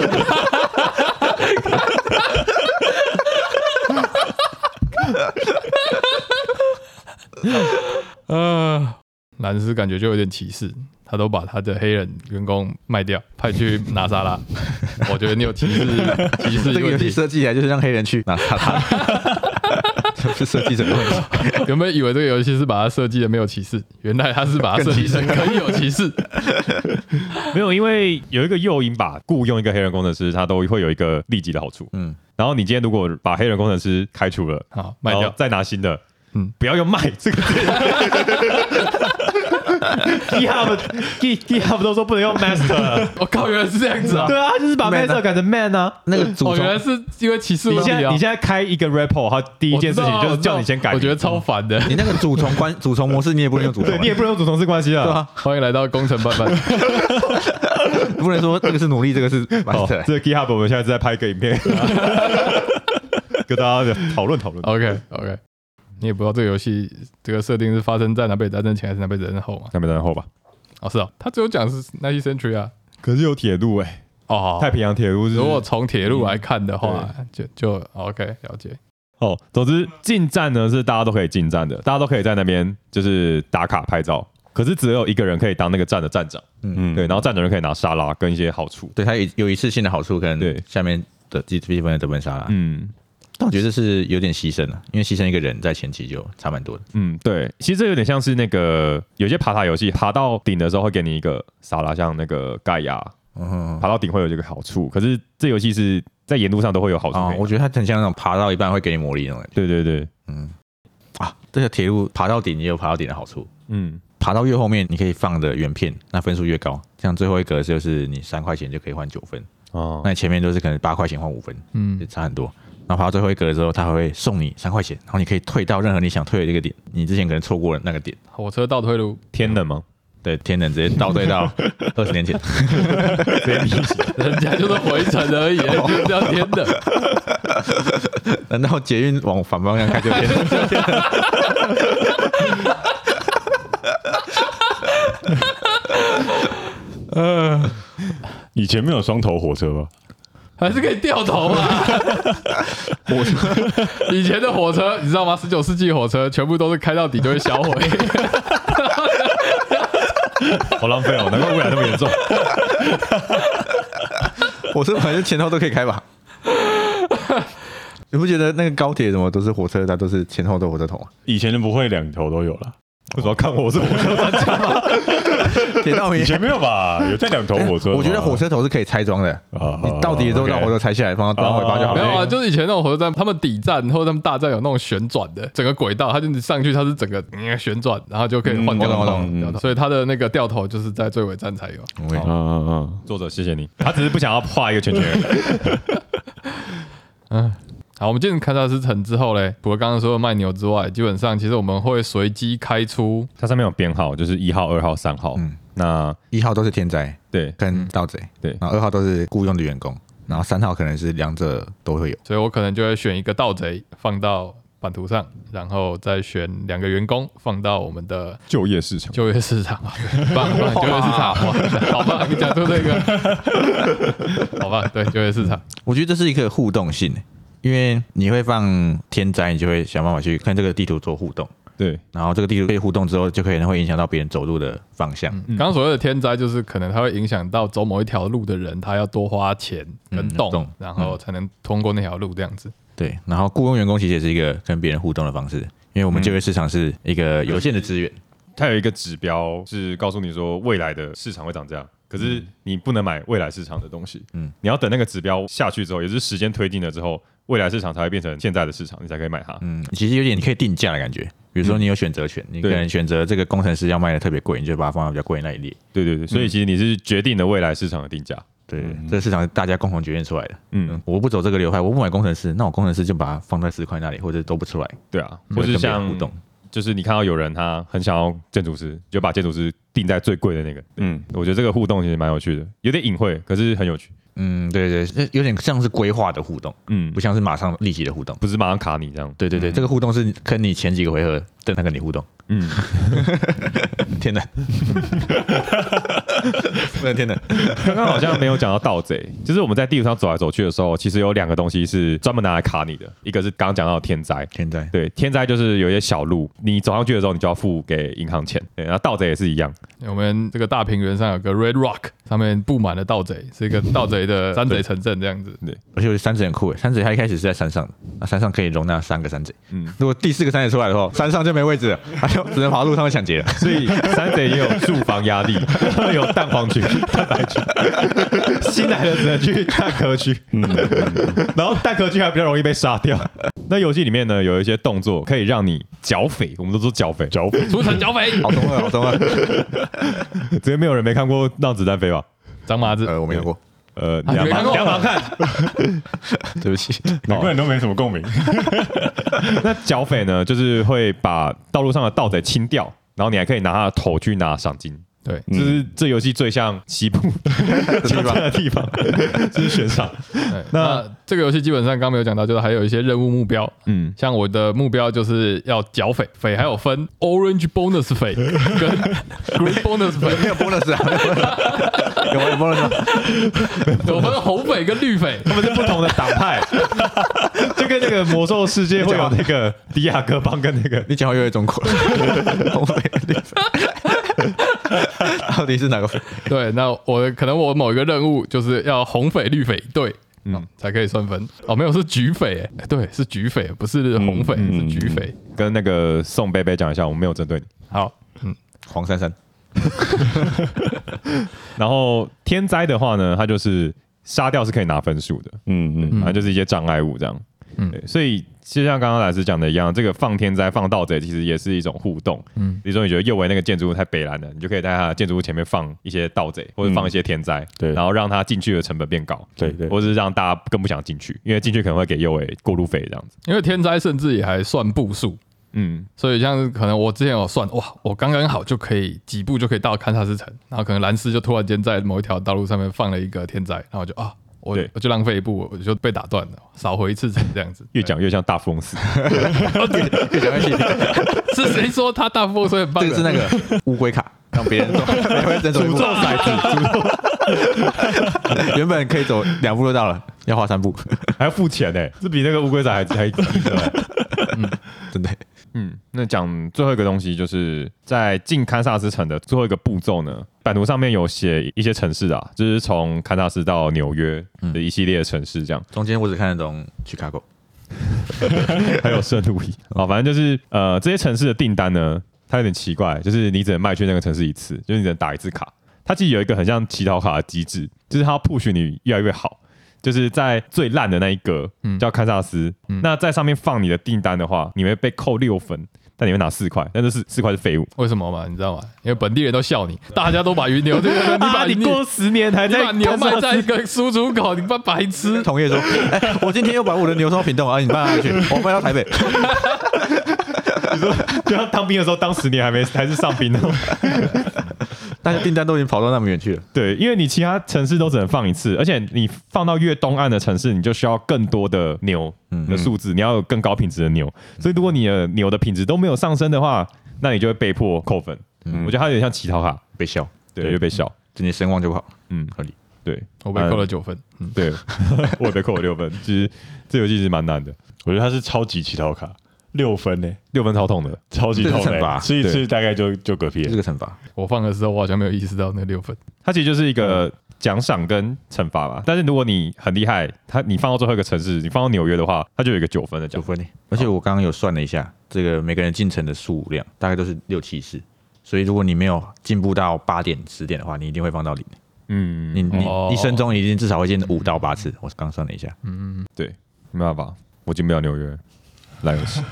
Speaker 2: 呃，蓝斯 感觉就有点歧视，他都把他的黑人员工卖掉，派去拿沙拉。我觉得你有歧视歧视
Speaker 1: 这个游
Speaker 2: 问
Speaker 1: 戏
Speaker 2: 题。
Speaker 1: 设计起来就是让黑人去拿他他， 这不是设计者的问题。
Speaker 2: 原本以为这个游戏是把它设计的没有歧视，原来它是把它设计成可以有歧 视。
Speaker 4: 没有，因为有一个诱因吧，雇佣一个黑人工程师，他都会有一个立即的好处。
Speaker 1: 嗯
Speaker 4: 嗯，然后你今天如果把黑人工程师开除了，
Speaker 2: 好，啊卖
Speaker 4: 然
Speaker 2: 掉
Speaker 4: 后。再拿新的。嗯
Speaker 2: 嗯，
Speaker 4: 不要用卖这 个字。GitHub GitHub 都说不能用 master，
Speaker 2: 我、哦靠，原来是这样子啊！
Speaker 4: 对啊，他就是把
Speaker 1: Man 啊
Speaker 4: master 改成 man 啊。
Speaker 1: 那个祖
Speaker 2: 哦，原来
Speaker 1: 宗，
Speaker 2: 是因为歧视
Speaker 4: 你
Speaker 2: 问题
Speaker 4: 现在
Speaker 2: 啊！
Speaker 4: 你现在开一个 repo，它第一件事情就是叫你先改名，
Speaker 2: 我觉得超烦的。
Speaker 1: 你那个祖从关祖从模 式你也不能用祖从
Speaker 4: 对，你也不能用主从事关系啊。
Speaker 2: 欢迎来到工程班班，
Speaker 1: 你不能说这个是努力，这个是
Speaker 4: 好
Speaker 1: master，
Speaker 4: 这个 GitHub 我们现在在拍一个 影片，跟大家讨论讨论。
Speaker 2: OK OK，你也不知道这个游戏这个设定是发生在南北战争前还是南北战争后嘛？
Speaker 4: 那边然后吧，
Speaker 2: 哦，是哦，他只有讲是 n i n e t e Century 啊。
Speaker 4: 可是有铁路哎，
Speaker 2: 哦，嗯
Speaker 4: 太平洋铁路是
Speaker 2: 如果从铁路来看的话，就就 OK 了解。
Speaker 4: 哦，总之进站呢是大家都可以进站的，大家都可以在那边就是打卡拍照。可是只有一个人可以当那个站的站长，
Speaker 5: 嗯，
Speaker 4: 对，然后站长就可以拿沙拉跟一些好处，
Speaker 1: 对他有有一次性的好处，可
Speaker 4: 对
Speaker 1: 能下面的 GDP 分的得分杀啦。
Speaker 4: 嗯
Speaker 1: 但我觉得这是有点牺牲了，因为牺牲一个人在前期就差蛮多的。
Speaker 4: 嗯，对，其实这有点像是那个有些爬塔游戏，爬到顶的时候会给你一个沙拉，像那个盖亚，
Speaker 1: 嗯，
Speaker 4: 爬到顶会有这个好处，可是这游戏是在沿路上都会有好处
Speaker 1: 啊
Speaker 4: 给，你。
Speaker 1: 我觉得它很像那种爬到一半会给你魔力那种感觉
Speaker 4: 对对对，
Speaker 1: 啊。这个铁路爬到顶也有爬到顶的好处，
Speaker 4: 嗯，
Speaker 1: 爬到越后面你可以放的原片，那分数越高。像最后一格就是你三块钱就可以换九分，
Speaker 4: 哦
Speaker 1: 那，你前面都是可能八块钱换五分，
Speaker 2: 嗯
Speaker 1: 就，差很多。然后爬到最后一格的时候，他还会送你三块钱，然后你可以退到任何你想退的这个点，你之前可能错过了那个点。
Speaker 2: 火车倒退路，
Speaker 4: 天冷吗？
Speaker 1: 对，天能直接倒退到 二十年前，
Speaker 2: 人家就是回程而 已，就是这样天的。
Speaker 1: 难道捷运往反方向开就天能？
Speaker 5: 以前没有双头火车吧？
Speaker 2: 还是可以掉头嘛。 火车， 以前的火车你知道吗？十九世纪火车全部都是开到底就会销 毁，
Speaker 4: 好浪费哦，难怪污染那么严重。
Speaker 1: 火车反正前后都可以开 吧？你不觉得那个高铁什么都是火车，它都是前后都火车头吗？
Speaker 5: 以前的不会两头都有啦，
Speaker 4: 为什么要看我？我是火车站长。
Speaker 1: 铁道迷 哎
Speaker 5: 以，前没有吧？有在两头火 车吗？
Speaker 1: 我觉得火车头是可以拆装的，
Speaker 5: 啊
Speaker 1: 你到底都让火车拆下来放到当尾巴就好
Speaker 2: 没有
Speaker 1: 了。
Speaker 2: 啊？就是以前那种火车站，他们底站或者他们大站有那种旋转的，整个轨道，它就你上去，它是整个嗯旋转，然后就可以换掉
Speaker 1: 嗯我懂我懂
Speaker 2: 头掉头，所以它的那个掉头就是在最尾站才有。
Speaker 1: 我也
Speaker 5: 嗯嗯嗯，
Speaker 4: 作者，谢谢你。他只是不想要画一个圈圈而已。
Speaker 2: 好，我们进入堪萨斯城之后嘞，除了刚刚说的卖牛之外，基本上其实我们会随机开出
Speaker 4: 它上面有编号，就是一号、二号、三号。嗯，那
Speaker 1: 一号都是天灾
Speaker 4: 对
Speaker 1: 跟盗贼，
Speaker 4: 对
Speaker 1: 然后二号都是雇佣的员工，然后三号可能是两者都会有。
Speaker 2: 所以我可能就会选一个盗贼放到版图上，然后再选两个员工放到我们的
Speaker 4: 就业市场，
Speaker 2: 就业市场啊，棒棒，就业市场，哇，好棒！你讲出这个，好棒，对，就业市场，
Speaker 1: 我觉得这是一个互动性，因为你会放天灾，你就会想办法去跟这个地图做互动，
Speaker 4: 对
Speaker 1: 然后这个地图被互动之后，就可能会影响到别人走路的方向。
Speaker 2: 刚刚所谓的天灾，就是可能它会影响到走某一条路的人，他要多花钱跟
Speaker 1: 嗯
Speaker 2: 动，
Speaker 1: 动
Speaker 2: 然后才能通过那条路这样子。
Speaker 1: 对，然后雇佣员工其实也是一个跟别人互动的方式，因为我们就业市场是一个有限的资源。
Speaker 4: 它有一个指标是告诉你说未来的市场会长这样，可是你不能买未来市场的东西。嗯
Speaker 1: 嗯，
Speaker 4: 你要等那个指标下去之后，也就是时间推进了之后，未来市场才会变成现在的市场，你才可以买它。
Speaker 1: 嗯，其实有点你可以定价的感觉。比如说你有选择权，你可
Speaker 4: 对
Speaker 1: 能选择这个工程师要卖的特别贵，你就把它放到比较贵的那一列。
Speaker 4: 对对对，
Speaker 1: 嗯
Speaker 4: 所以其实你是决定了未来市场的定价。
Speaker 1: 对，这个市场是大家共同决定出来的。
Speaker 4: 嗯
Speaker 1: 嗯，，我不走这个流派，我不买工程师，那我工程师就把它放在石块那里，或者都不出来，
Speaker 4: 对啊，
Speaker 1: 不
Speaker 4: 或
Speaker 1: 会跟别
Speaker 4: 是
Speaker 1: 人
Speaker 4: 像
Speaker 1: 互动。
Speaker 4: 就是你看到有人他很想要建筑师，就把建筑师定在最贵的那个。
Speaker 5: 嗯，
Speaker 4: 我觉得这个互动其实蛮有趣的，有点隐晦，可是很有趣。
Speaker 1: 嗯，对对，这有点像是规划的互动，
Speaker 4: 嗯，
Speaker 1: 不
Speaker 4: 不
Speaker 1: 像是马上立即的互动。
Speaker 4: 不是马上卡你这样。
Speaker 1: 嗯对对对，这个互动是跟你前几个回合正在跟你互动。
Speaker 4: 嗯，
Speaker 1: 天 冷，不能天冷。
Speaker 4: 刚刚好像没有讲到盗贼，就是我们在地图上走来走去的时候，其实有两个东西是专门拿来卡你的，一个是刚刚讲到的天灾，
Speaker 1: 天灾，
Speaker 4: 对，天灾就是有一些小路，你走上去的时候，你就要付给银行钱。对，然后盗贼也是一样，
Speaker 2: 我们这个大平原上有个 Red Rock，上面布满了盗贼，是一个盗贼的山贼城镇这样子。
Speaker 1: 而且我觉得山贼很酷诶，欸山贼它一开始是在山上的，那山上可以容纳三个山贼。
Speaker 4: 嗯
Speaker 1: 嗯，如果第四个山贼出来的话，山上就没位置了，他就只能跑到路上面抢劫了。
Speaker 4: 所以山贼也有住房压力，有蛋黄区、蛋白区，新来的只能去蛋壳区，
Speaker 2: 嗯
Speaker 4: 然后蛋壳区还比较容易被杀掉。那游戏里面呢，有一些动作可以让你剿匪，我们都说剿匪，
Speaker 5: 剿匪
Speaker 2: 出城剿匪，
Speaker 1: 好中二，好中 二。
Speaker 4: 直接没有人没看过《让子弹飞》吧？
Speaker 2: 张麻子。
Speaker 1: 呃，我没有过，
Speaker 4: 呃，
Speaker 2: 啊你
Speaker 4: 两
Speaker 2: 没看
Speaker 4: 盲
Speaker 2: 过
Speaker 4: 两盲看。
Speaker 1: 对不起。
Speaker 5: 难怪你都没什么共鸣。
Speaker 4: 那剿匪呢，就是会把道路上的盗贼清掉，然后你还可以拿他的头去拿赏金。
Speaker 2: 对，
Speaker 4: 这是这游戏最像西部
Speaker 1: 地方
Speaker 4: 的地方，就是悬赏。
Speaker 2: 对哎那这个游戏基本上刚刚没有讲到，就是还有一些任务目标。
Speaker 4: 嗯，
Speaker 2: 像我的目标就是要剿匪，匪还有分 orange bonus 匪跟 green bonus 匪，
Speaker 1: 没有 bonus 啊， 有没有 bonus 吗？
Speaker 2: 有分红匪跟绿匪。
Speaker 4: 他们是不同的党派，就跟那个魔兽世界会有那个迪亚哥帮跟那个
Speaker 1: 你讲话越来越中国 了，红匪绿匪， 到底是哪个匪？
Speaker 2: 对，那我的可能我某一个任务就是要红匪绿匪对。嗯，才可以算分哦。没有，是橘匪、欸，对，是橘匪，不是红匪，
Speaker 5: 嗯
Speaker 2: 是橘匪。
Speaker 4: 跟那个宋贝贝讲一下，我们没有针对你。
Speaker 2: 好，
Speaker 1: 黄 珊珊，
Speaker 4: 然后天灾的话呢，它就是杀掉是可以拿分数的，
Speaker 5: 嗯嗯，
Speaker 4: 反正就是一些障碍物这样。嗯
Speaker 2: 嗯，
Speaker 4: 所以就像刚刚老师讲的一样，这个放天灾、放盗贼，其实也是一种互动。嗯
Speaker 2: 嗯，
Speaker 4: 比如说你觉得右围那个建筑物太北蓝了，你就可以在它的建筑物前面放一些盗贼，或者放一些天灾，
Speaker 5: 嗯对
Speaker 4: 然后让它进去的成本变高，
Speaker 5: 对对
Speaker 4: 或者是让大家更不想进去，因为进去可能会给右围过路费这样子。
Speaker 2: 因为天灾甚至也还算步数，
Speaker 4: 嗯，
Speaker 2: 所以像是可能我之前有算，哇，我刚刚好就可以几步就可以到堪萨斯城，然后可能兰斯就突然间在某一条道路上面放了一个天灾，然后我就啊，我
Speaker 4: 对
Speaker 2: 我就浪费一步，我就被打断了，少回一次城这样子。
Speaker 4: 越讲越像大富 翁似的。
Speaker 1: 越讲越细。
Speaker 2: 是谁说他大富翁所以很棒
Speaker 1: 这个
Speaker 2: 的？
Speaker 1: 是那个 乌龟卡，让别人 走，每回只能走一步。 原本可以走两步就到了，要花三步，
Speaker 4: 还要付钱呢、这比那个乌龟仔还还低呢、
Speaker 1: 真的。
Speaker 4: 嗯，那讲最后一个东西，就是在进堪萨斯城的最后一个步骤呢，版图上面有写一些城市啊，就是从堪萨斯到纽约
Speaker 2: 嗯
Speaker 4: 的一系列的城市，这样、
Speaker 1: 中间我只看得懂 Chicago，
Speaker 4: 还有圣路易 啊，反正就是呃这些城市的订单呢，它有点奇怪，就是你只能卖去那个城市一次，就是你只能打一次卡。它其实有一个很像乞讨卡的机制，就是它要 push 你越来越好。就是在最烂的那一格
Speaker 2: 嗯
Speaker 4: 叫堪萨斯，
Speaker 2: 嗯
Speaker 4: 那在上面放你的订单的话，你会被扣六分，但你会拿四块，但这是四块是废物。
Speaker 2: 为什么嘛？你知道吗？因为本地人都笑你，大家都把鱼牛这个， 你把
Speaker 4: 啊你过十年还
Speaker 2: 你
Speaker 4: 在
Speaker 2: 把牛
Speaker 4: 看
Speaker 2: 卖
Speaker 4: 上
Speaker 2: 在一个输出口，你妈白痴！
Speaker 1: 同业说：“哎，我今天又把我的牛送到屏东，啊，你搬哪里 去？我搬到台北。
Speaker 4: 就像当兵的时候，当十年还没还是上兵呢。
Speaker 1: 大家订单都已经跑到那么远去了，
Speaker 4: 对，因为你其他城市都只能放一次，而且你放到越东岸的城市，你就需要更多的牛
Speaker 1: 嗯
Speaker 2: 嗯
Speaker 4: 的数字，你要有更高品质的牛。所以如果你的牛的品质都没有上升的话，那你就会被迫扣分。
Speaker 2: 嗯
Speaker 4: 我觉得它有点像乞讨卡，
Speaker 1: 嗯被笑，
Speaker 4: 对，
Speaker 5: 对
Speaker 4: 就被笑。
Speaker 1: 今天声望就不好，
Speaker 4: 嗯，
Speaker 1: 合理。
Speaker 4: 对，
Speaker 2: 我被扣了九分，嗯，
Speaker 4: 对， 我也被扣了六分。其实这游戏是蛮难的，
Speaker 5: 我觉得他是超级乞讨卡，六分呢，
Speaker 4: 六分超痛的。
Speaker 5: 超级痛
Speaker 1: 这是惩
Speaker 5: 哎，
Speaker 1: 罚
Speaker 5: 吃一
Speaker 4: 对
Speaker 5: 次大概就就嗝屁
Speaker 1: 这
Speaker 5: 了
Speaker 1: 是。个惩罚，
Speaker 2: 我放的时候我好像没有意识到那六分，
Speaker 4: 它其实就是一个奖赏跟惩罚吧。但是如果你很厉害，它你放到最后一个城市，你放到纽约的话，它就有一个九分的
Speaker 1: 九
Speaker 4: 奖。
Speaker 1: 分呢。而且我刚刚有算了一下，这个每个人进城的数量大概都是六七次，所以如果你没有进步到八点十点的话，你一定会放到零。
Speaker 4: 嗯，
Speaker 1: 你你
Speaker 2: 哦
Speaker 1: 一生中一定至少会见五到八次。我刚算了一下，
Speaker 4: 对，没办法，我进不了纽约，来 游戏。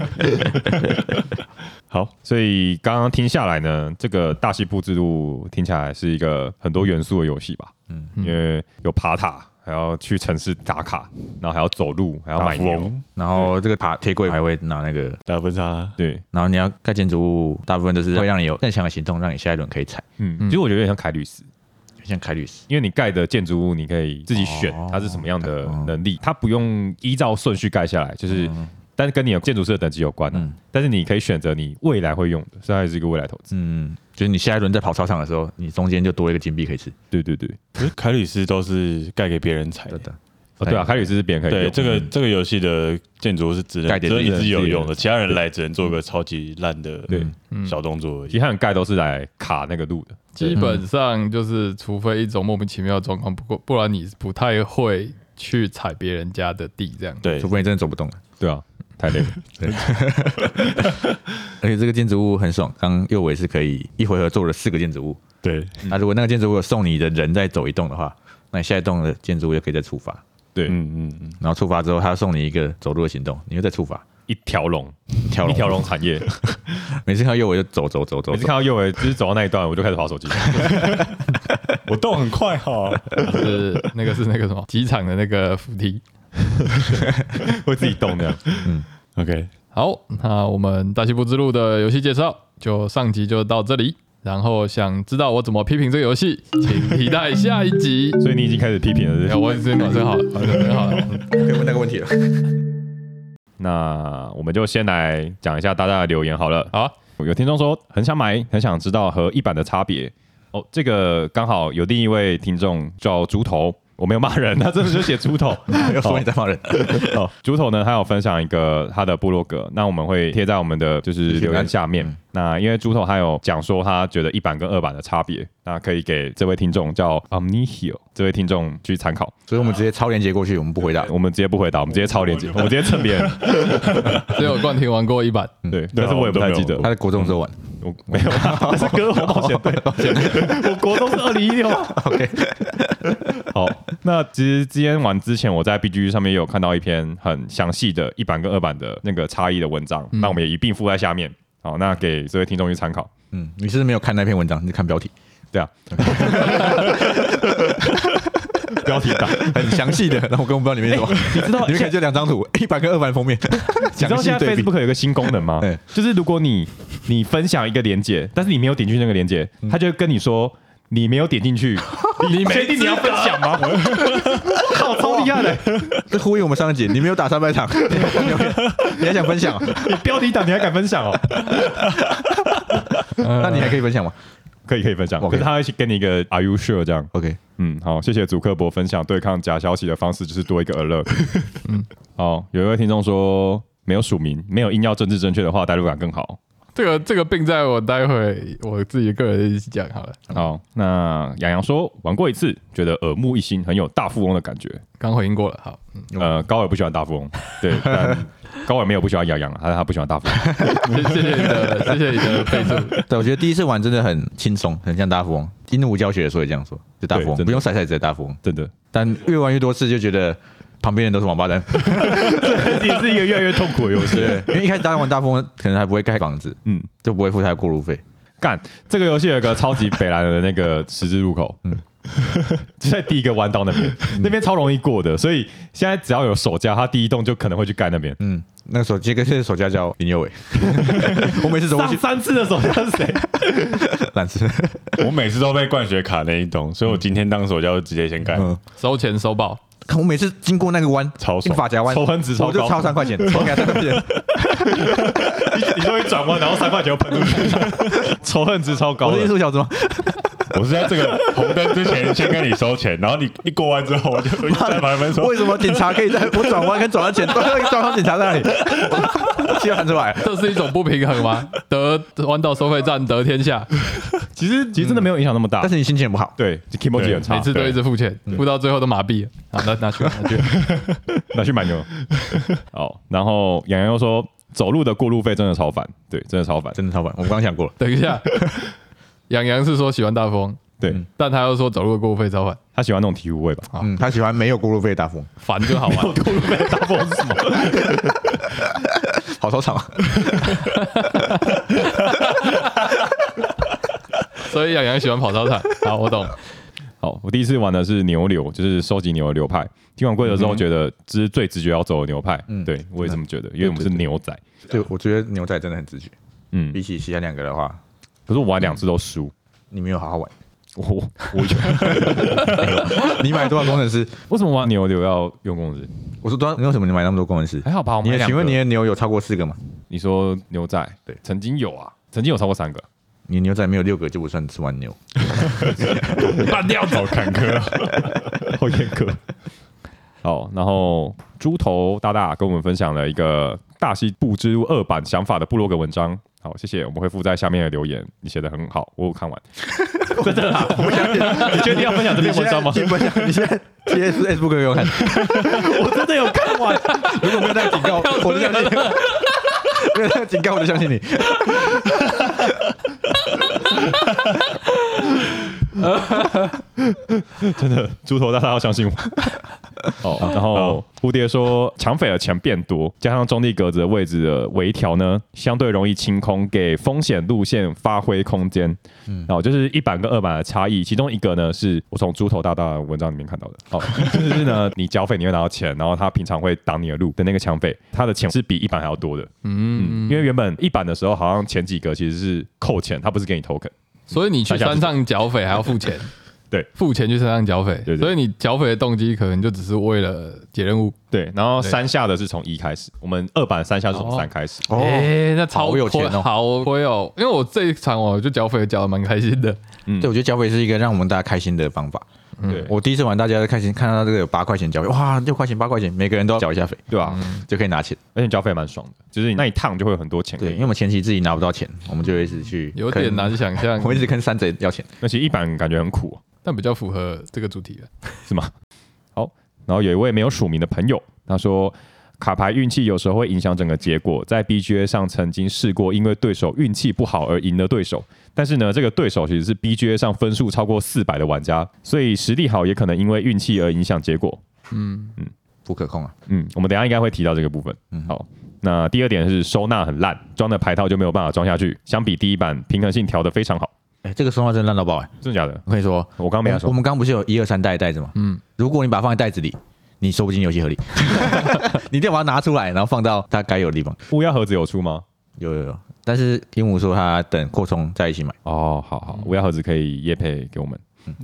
Speaker 5: 好，
Speaker 4: 所以刚刚听下来呢，这个大西部之路听起来是一个很多元素的游戏吧？嗯，因为有爬塔，还要去城市打卡，然后还要走路，还要
Speaker 5: 大
Speaker 4: 买
Speaker 5: 富
Speaker 4: 牛。
Speaker 5: 翁，
Speaker 1: 然后这个爬铁柜还会拿那个，
Speaker 5: 大婚纱，
Speaker 4: 对，
Speaker 1: 然后你要盖建筑物，大部分都是会让你有更强的行动，让你下一轮可以踩，
Speaker 4: 嗯，其实我觉得有点像凯律斯，
Speaker 1: 像凯律斯。
Speaker 4: 因为你盖的建筑物，你可以自己选
Speaker 1: 哦
Speaker 4: 嗯它是什么样的能力，它不用依照顺序盖下来，就是但是跟你的建筑师的等级有关、啊。
Speaker 1: 嗯
Speaker 4: 但是你可以选择你未来会用的，所以它也是一个未来投资。
Speaker 1: 嗯，就是你下一轮在跑操场的时候，你中间就多一个金币可以吃。
Speaker 4: 对对对，
Speaker 5: 可是凯里斯都是盖给别人踩
Speaker 1: 对
Speaker 5: 的。
Speaker 1: 的，
Speaker 4: 哦对啊，凯里斯是别人可以
Speaker 5: 对，嗯
Speaker 4: 用。
Speaker 5: 这个这个游戏的建筑是只能
Speaker 1: 盖给
Speaker 5: 只有
Speaker 1: 自己
Speaker 5: 你
Speaker 1: 人
Speaker 5: 自己有
Speaker 4: 自己
Speaker 5: 用
Speaker 4: 人
Speaker 5: 的，其他人来只能做个超级烂的
Speaker 4: 对
Speaker 2: 嗯
Speaker 5: 小动作而
Speaker 4: 其
Speaker 5: 已。
Speaker 4: 他人盖都是来卡那个路的。
Speaker 2: 基本上就是，除非一种莫名其妙的状况，不过不然你不太会去踩别人家的地这样。
Speaker 5: 对
Speaker 1: 除，非你真的走不动了。
Speaker 4: 对啊，太 累了。
Speaker 1: 而且这个建筑物很爽，刚右尾是可以一回合做了四个建筑物。
Speaker 5: 对，
Speaker 1: 那如果那个建筑物有送你的人再走一栋的话，那你下一栋的建筑物就可以再触发。
Speaker 4: 对，
Speaker 5: 嗯嗯嗯，
Speaker 1: 然后触发之后，他送你一个走路的行动，你又再触发。
Speaker 4: 一条龙，
Speaker 1: 跳
Speaker 4: 一
Speaker 1: 龙
Speaker 4: 条龙产 业。
Speaker 1: 每次看到右尾就走走走走
Speaker 4: 每次
Speaker 1: 走
Speaker 4: 看，到右维就是走到那一段，我就开始划手 机。
Speaker 5: 我动很快哈，
Speaker 2: 就是那个是那个什么机场的那个扶梯。
Speaker 4: 会自己动的。
Speaker 5: OK，
Speaker 2: 好，那我们大西部之路的游戏介绍就上集就到这里。然后想知道我怎么批评这个游戏，请期待下一集。
Speaker 4: 所以你已经开始批评了，是不
Speaker 2: 哎呀，
Speaker 4: 是
Speaker 2: 我已经暖身好了，暖身好了。
Speaker 1: 可以问那个问题 了。
Speaker 4: 那我们就先来讲一下大家的留言好了。
Speaker 2: 好啊，
Speaker 4: 有听众说很想买，很想知道和一版的差别。哦，这个刚好有另一位听众叫猪头，我没有骂人，他真的就写猪头。
Speaker 1: 又说你在骂人，
Speaker 4: 哦，猪头呢，他有分享一个他的部落格，那我们会贴在我们的就是留言下面。那因为猪头他有讲说他觉得一版跟二版的差别，那可以给这位听众叫 Omnihio 这位听众去参考。
Speaker 1: 所以我们直接超链接过去，我们不回答。
Speaker 4: 我们直接不回答，我们直接抄链接，我们直接蹭别人。
Speaker 2: 只有冠廷玩过一版，
Speaker 4: 对，
Speaker 5: 对
Speaker 4: 但
Speaker 5: 啊
Speaker 4: 是我也不太记得
Speaker 5: 我，
Speaker 1: 他在国中的时候玩，
Speaker 4: 我没有，那是歌喉保险队，哦 我国中是二零一六。
Speaker 1: OK
Speaker 4: 好，那其实今天玩之前，我在 B G 上面也有看到一篇很详细的一版跟二版的那个差异的文章，那我们也一并附在下面。好，那给这位听众去参考。
Speaker 1: 嗯，你是不是没有看那篇文章，你是看标题，
Speaker 4: 对啊， 标题党，
Speaker 1: 很详细的，然后我根本不知道里面是什么。
Speaker 4: 你知道
Speaker 1: 你们
Speaker 4: 现
Speaker 1: 看
Speaker 4: 在
Speaker 1: 就两张图，一版跟二版封面，
Speaker 4: 你知
Speaker 1: 详
Speaker 4: 道
Speaker 1: 细
Speaker 4: 现在
Speaker 1: 对比。
Speaker 4: Facebook 有一个新功 能吗
Speaker 1: 嗯？
Speaker 4: 就是如果你你分享一个连接，但是你没有点进去那个连接，
Speaker 1: 嗯
Speaker 4: 它就会跟你说你没有点 进去，你确定你要分享吗？靠，超厉害的！
Speaker 1: 这呼应我们上一集，你没有打三百场， 你还想分享啊？
Speaker 4: 你标题党你还敢分 享哦？
Speaker 1: 那你还可以分享吗
Speaker 4: 可以可以分享，
Speaker 1: OK
Speaker 4: 可是他会给你一个 Are you sure 这样。
Speaker 1: ？OK，
Speaker 4: 嗯，好，谢谢祖克伯分享对抗假消息的方式，就是多一个 alert。好，
Speaker 1: 嗯
Speaker 4: 有一位听众说没有署名，没有硬要政治正确的话，代入感更好。
Speaker 2: 这个这个病在我待会我自己个人一起讲好了。
Speaker 4: 好，那洋洋说玩过一次，觉得耳目一新，很有大富翁的感觉。
Speaker 2: 刚回应过了，好，嗯
Speaker 4: 呃，高尔不喜欢大富翁，对，但高尔没有不喜欢洋洋，他他不喜欢大富翁。
Speaker 2: 谢谢谢你的，谢谢你的备注。
Speaker 1: 对，我觉得第一次玩真的很轻松，很像大富翁。鹦鹉教学的时候也这样说，就大富
Speaker 4: 对
Speaker 1: 翁
Speaker 4: 真的
Speaker 1: 不用晒骰子的大富翁，
Speaker 4: 真的，
Speaker 1: 但越玩越多次就觉得旁边人都是王八蛋。
Speaker 4: 也是一个越来越痛苦的游戏。
Speaker 1: 对，因为一开始大家玩大富翁可能还不会盖房子，
Speaker 4: 嗯，
Speaker 1: 就不会付他的过路费。
Speaker 4: 干，这个游戏有一个超级北蓝的那个十字路口，嗯，就在第一个弯道那边，那边超容易过的，所以现在只要有手架，他第一栋就可能会去盖那边。
Speaker 1: 嗯，那个手机跟这个手架叫林有 伟，我每次走过
Speaker 4: 上
Speaker 1: 去
Speaker 4: 三次的手架是谁？
Speaker 1: 懒吃。
Speaker 5: 我每次都被灌血卡那一栋，所以我今天当手就直接先盖。
Speaker 1: 嗯
Speaker 2: 收钱收爆，
Speaker 1: 看我每次经过那个弯，
Speaker 5: 超爽
Speaker 1: 发夹弯，
Speaker 4: 抽分值超
Speaker 1: 我就
Speaker 4: 高
Speaker 1: 超三 块钱，超给他三块钱。
Speaker 4: 你就会转弯，然后三块钱就喷出去，仇恨值超高
Speaker 1: 我是艺
Speaker 4: 的。
Speaker 1: 术小子吗？
Speaker 5: 我是在这个红灯之前先跟你收钱，然后你一过弯之后，我就我就在旁边说
Speaker 1: 为什么警察可以在 我转弯跟转弯前都要抓到警察在那里？ 我气喊出来，
Speaker 2: 这是一种不平衡吗？得弯道收费站得天下，
Speaker 4: 其实其实真的没有影响那么大
Speaker 1: 但，是你心情不好，
Speaker 4: 对就，emoji
Speaker 5: 对
Speaker 4: 很差
Speaker 2: 每，次都
Speaker 5: 对
Speaker 2: 一直付钱，付到最后都麻痹了。好，那拿去拿去。
Speaker 4: 拿去买牛。 好，然后洋洋又说走路的过路费真的超烦，对，真的超烦，
Speaker 1: 真的超烦。我刚刚想过了，
Speaker 2: 等一下，杨洋是说喜欢大风，
Speaker 4: 对
Speaker 1: 嗯
Speaker 2: 但他又说走路的过费超烦，
Speaker 4: 他喜欢那种体育味吧？
Speaker 1: 嗯，他喜欢没有过路费的大风，
Speaker 2: 烦就好玩。
Speaker 4: 过路费大风是什么？
Speaker 1: 好操场啊，
Speaker 2: 所以杨洋喜欢跑操场。好，我懂。
Speaker 4: 好，我第一次玩的是牛流，就是收集牛的流派。听完规则之后，觉得这是最直觉要走的牛派。
Speaker 1: 嗯
Speaker 4: 对我也这么觉得，因为我们是牛仔。
Speaker 1: 对，我觉得牛仔真的很直觉，
Speaker 4: 嗯
Speaker 1: 比，起其他两个的话，
Speaker 4: 可是我玩两次都输，
Speaker 1: 你没有好好玩。
Speaker 4: 我我用
Speaker 1: 你买多少工程师？
Speaker 4: 为什么玩牛牛要用公司？
Speaker 1: 我说多少？你为什么你买那么多工程师
Speaker 4: 还？好吧，我们
Speaker 1: 你
Speaker 4: 还
Speaker 1: 的
Speaker 4: 两
Speaker 1: 请问
Speaker 4: 个
Speaker 1: 你的牛有超过四个吗？
Speaker 4: 你说牛仔
Speaker 1: 对
Speaker 4: 曾经有啊，曾经有超过三个，
Speaker 1: 你牛仔没有六个就不算是玩牛。
Speaker 4: 半掉好坎坷，好严格。好，然后猪头大大跟我们分享了一个大西部之路二版想法的部落格文章。好，谢谢，我们会附在下面的留言。你写的很好，我有看完。真的啦， 我想你确定要分享这篇文章吗？
Speaker 1: 你现在你现在贴 Facebook 给我看，
Speaker 4: 我真的有看完，
Speaker 1: 如果没有那个警 告，我就相信你； 没有那个警告，我就相信你。
Speaker 4: 猪头大大要相信我。 哦，然后蝴蝶说，抢匪的钱变多，加上中立格子的位置的微调呢，相对容易清空，给风险路线发挥空间。嗯，然后就是一版跟二版的差异，其中一个呢是我从猪头大大的文章里面看到的。 哦，就是呢，你剿匪你会拿到钱，然后他平常会挡你的路的那个抢匪，他的钱是比一版还要多的。嗯，因为原本一版的时候好像前几个其实是扣钱，他不是给你 token。
Speaker 2: 所以你去山上剿匪还要付钱，
Speaker 4: 对，
Speaker 2: 付钱去山上剿匪
Speaker 4: 对对，
Speaker 2: 所以你剿匪的动机可能就只是为了解任务。
Speaker 4: 对，然后
Speaker 2: 对
Speaker 4: 山下的是从一开始，我们二版山下是从
Speaker 2: 哦
Speaker 4: 三开始。
Speaker 1: 哦
Speaker 2: 诶那超
Speaker 1: 好有
Speaker 2: 亏
Speaker 1: 钱哦
Speaker 2: 好亏哦！因为我这一场我就剿匪剿的蛮开心的，嗯
Speaker 1: 对，我觉得剿匪是一个让我们大家开心的方法。
Speaker 4: 对，
Speaker 1: 我第一次玩，大家都开心，看到这个有八块钱剿匪，哇，六块钱、八块钱，每个人都要剿一下匪，
Speaker 4: 对吧？
Speaker 1: 就可以拿钱。
Speaker 4: 而且交费蛮爽的，就是你那一趟就会有很多钱可
Speaker 1: 对，
Speaker 4: 以
Speaker 1: 因为我们前期自己拿不到钱，我们就一直去
Speaker 2: 有
Speaker 1: 坑
Speaker 2: 点难。想象
Speaker 1: 我，们一直跟山贼要钱，
Speaker 4: 而且一版感觉很苦、哦
Speaker 2: 但比较符合这个主题了。
Speaker 4: 是吗？好，然后有一位没有署名的朋友，他说卡牌运气有时候会影响整个结果，在 BGA 上曾经试过，因为对手运气不好而赢了对手，但是呢，这个对手其实是 BGA 上分数超过四百的玩家，所以实力好也可能因为运气而影响结果。
Speaker 1: 不可控啊。
Speaker 4: 嗯，我们等一下应该会提到这个部分。
Speaker 1: 嗯
Speaker 4: 好，那第二点是收纳很烂，装的牌套就没有办法装下去。相比第一版，平衡性调的非常好，
Speaker 1: 哎，这个说话真的烂到爆哎！
Speaker 4: 真的假的？
Speaker 1: 我跟你说，
Speaker 4: 我刚刚没
Speaker 1: 嗯
Speaker 4: 有
Speaker 1: 我
Speaker 4: 说，
Speaker 1: 们刚刚不是哦有一二三袋的袋子吗？嗯，如果你把它放在袋子里，你说不进游戏盒 里，你一定要把它拿出来，然后放到它该有的地方。
Speaker 4: 乌鸦盒子有出吗？
Speaker 1: 有有有，但是鹦鹉说他等扩充在一起买。
Speaker 4: 哦，好好，乌鸦盒子可以夜配给我们。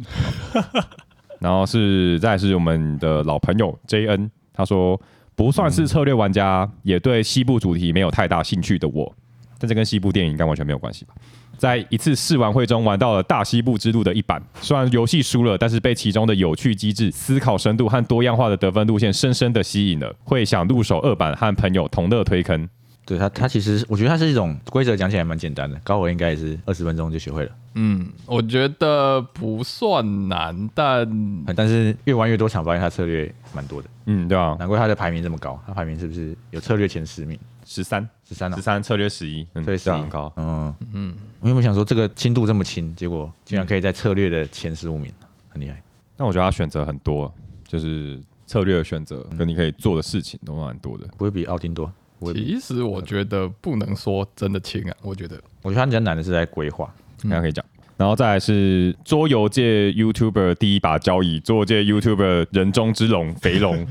Speaker 4: 然后是再来是我们的老朋友 J N，他说不算是策略玩家，也对西部主题没有太大兴趣的我，但这跟西部电影应该完全没有关系吧？在一次试玩会中玩到了《大西部之路》的一版，虽然游戏输了，但是被其中的有趣机制、思考深度和多样化的得分路线深深的吸引了，会想入手二版和朋友同乐推坑。
Speaker 1: 对他，他其实我觉得它是一种规则，讲起来蛮简单的。高我应该也是二十分钟就学会了，
Speaker 2: 嗯，我觉得不算难，但
Speaker 1: 但是越玩越多场，发现他策略蛮多的，
Speaker 4: 嗯，对吧、啊？
Speaker 1: 难怪他的排名这么高。他排名是不是有策略前十名？
Speaker 4: 十三，
Speaker 1: 十三啊
Speaker 4: 十？三策略十一，嗯
Speaker 1: 策略
Speaker 4: 这样
Speaker 1: 11
Speaker 4: 很高。
Speaker 1: 嗯嗯，我原本想说这个轻度这么轻，结果竟然可以在策略的前十五名，很厉害。
Speaker 4: 但我觉得他选择很多，就是策略的选择跟你可以做的事情都蛮多的。
Speaker 1: 不会比奥丁多，不会比。
Speaker 2: 其实我觉得不能说真的轻啊，我觉得
Speaker 1: 我觉得他比较难的是在规划。
Speaker 4: 大家可以讲。然后再来是桌游界 YouTuber 第一把交椅，桌游界 YouTuber 人中之龙肥 龙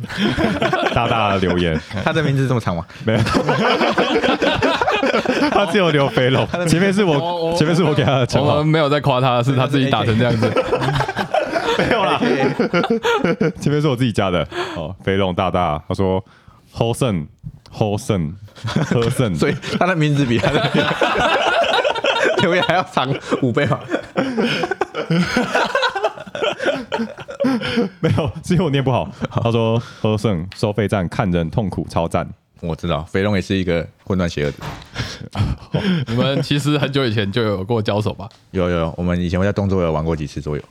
Speaker 4: 大大的留言，
Speaker 1: 他的名字这么长吗？
Speaker 4: 他只有留肥龙，前面是
Speaker 2: 哦
Speaker 4: 我
Speaker 2: 哦
Speaker 4: 前面是我给他的称
Speaker 2: 我
Speaker 4: 号
Speaker 2: 们，没有在夸他，是他自己打成这样子。
Speaker 4: 没有啦，前面是我自己加的。哦，肥龙大大他说 h o s e n h o s e n h o s e n
Speaker 1: 所以他的名字比他的 留言还要长五倍吗？
Speaker 4: 没有，是因为我念不好。他说喝剩收费站看人痛苦超赞，
Speaker 1: 我知道，肥龙也是一个混乱邪恶的。
Speaker 2: 你们其实很久以前就有过交手吧？
Speaker 1: 有有有，我们以前会在动作有玩过几次桌游。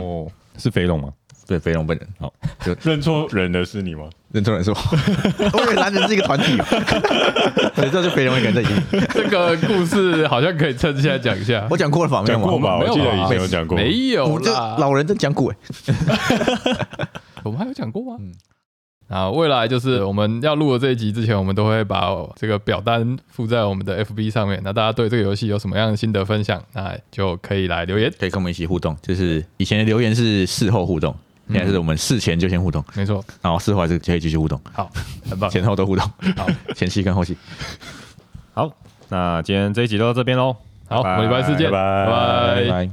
Speaker 4: 哦，是肥龙吗？
Speaker 1: 对，肥龙本人哦
Speaker 4: 好，
Speaker 5: 认错人的是你吗？
Speaker 1: 认错人是我， 我以为男人是一个团体， 对，这是肥龙一个人在赢。
Speaker 2: 这个故事好像可以趁现在讲一下。
Speaker 1: 我讲过了吧？没有
Speaker 5: 讲
Speaker 1: 吗
Speaker 5: 过吧？
Speaker 2: 没
Speaker 5: 我
Speaker 2: 有
Speaker 5: 记得
Speaker 2: 吧
Speaker 5: 以前有讲过。
Speaker 2: 没有
Speaker 1: 我这
Speaker 2: 啦，
Speaker 1: 老人真讲古哎，
Speaker 2: 我们还有讲过吗？啊，未来就是我们要录的这一集之前，我们都会把这个表单附在我们的 FB 上面。那大家对这个游戏有什么样的心得分享，那就可以来留言。
Speaker 1: 可以跟我们一起互动。就是以前的留言是事后互动，现在是我们事前就先互动，
Speaker 2: 没错，
Speaker 1: 然后事后还是可以继续互动，
Speaker 2: 好，很棒。
Speaker 1: 前后都互动，好，前期跟后期。
Speaker 4: 好，那今天这一集就到这边喽。
Speaker 2: 好，我们礼拜四见，
Speaker 5: 拜拜
Speaker 1: 拜拜。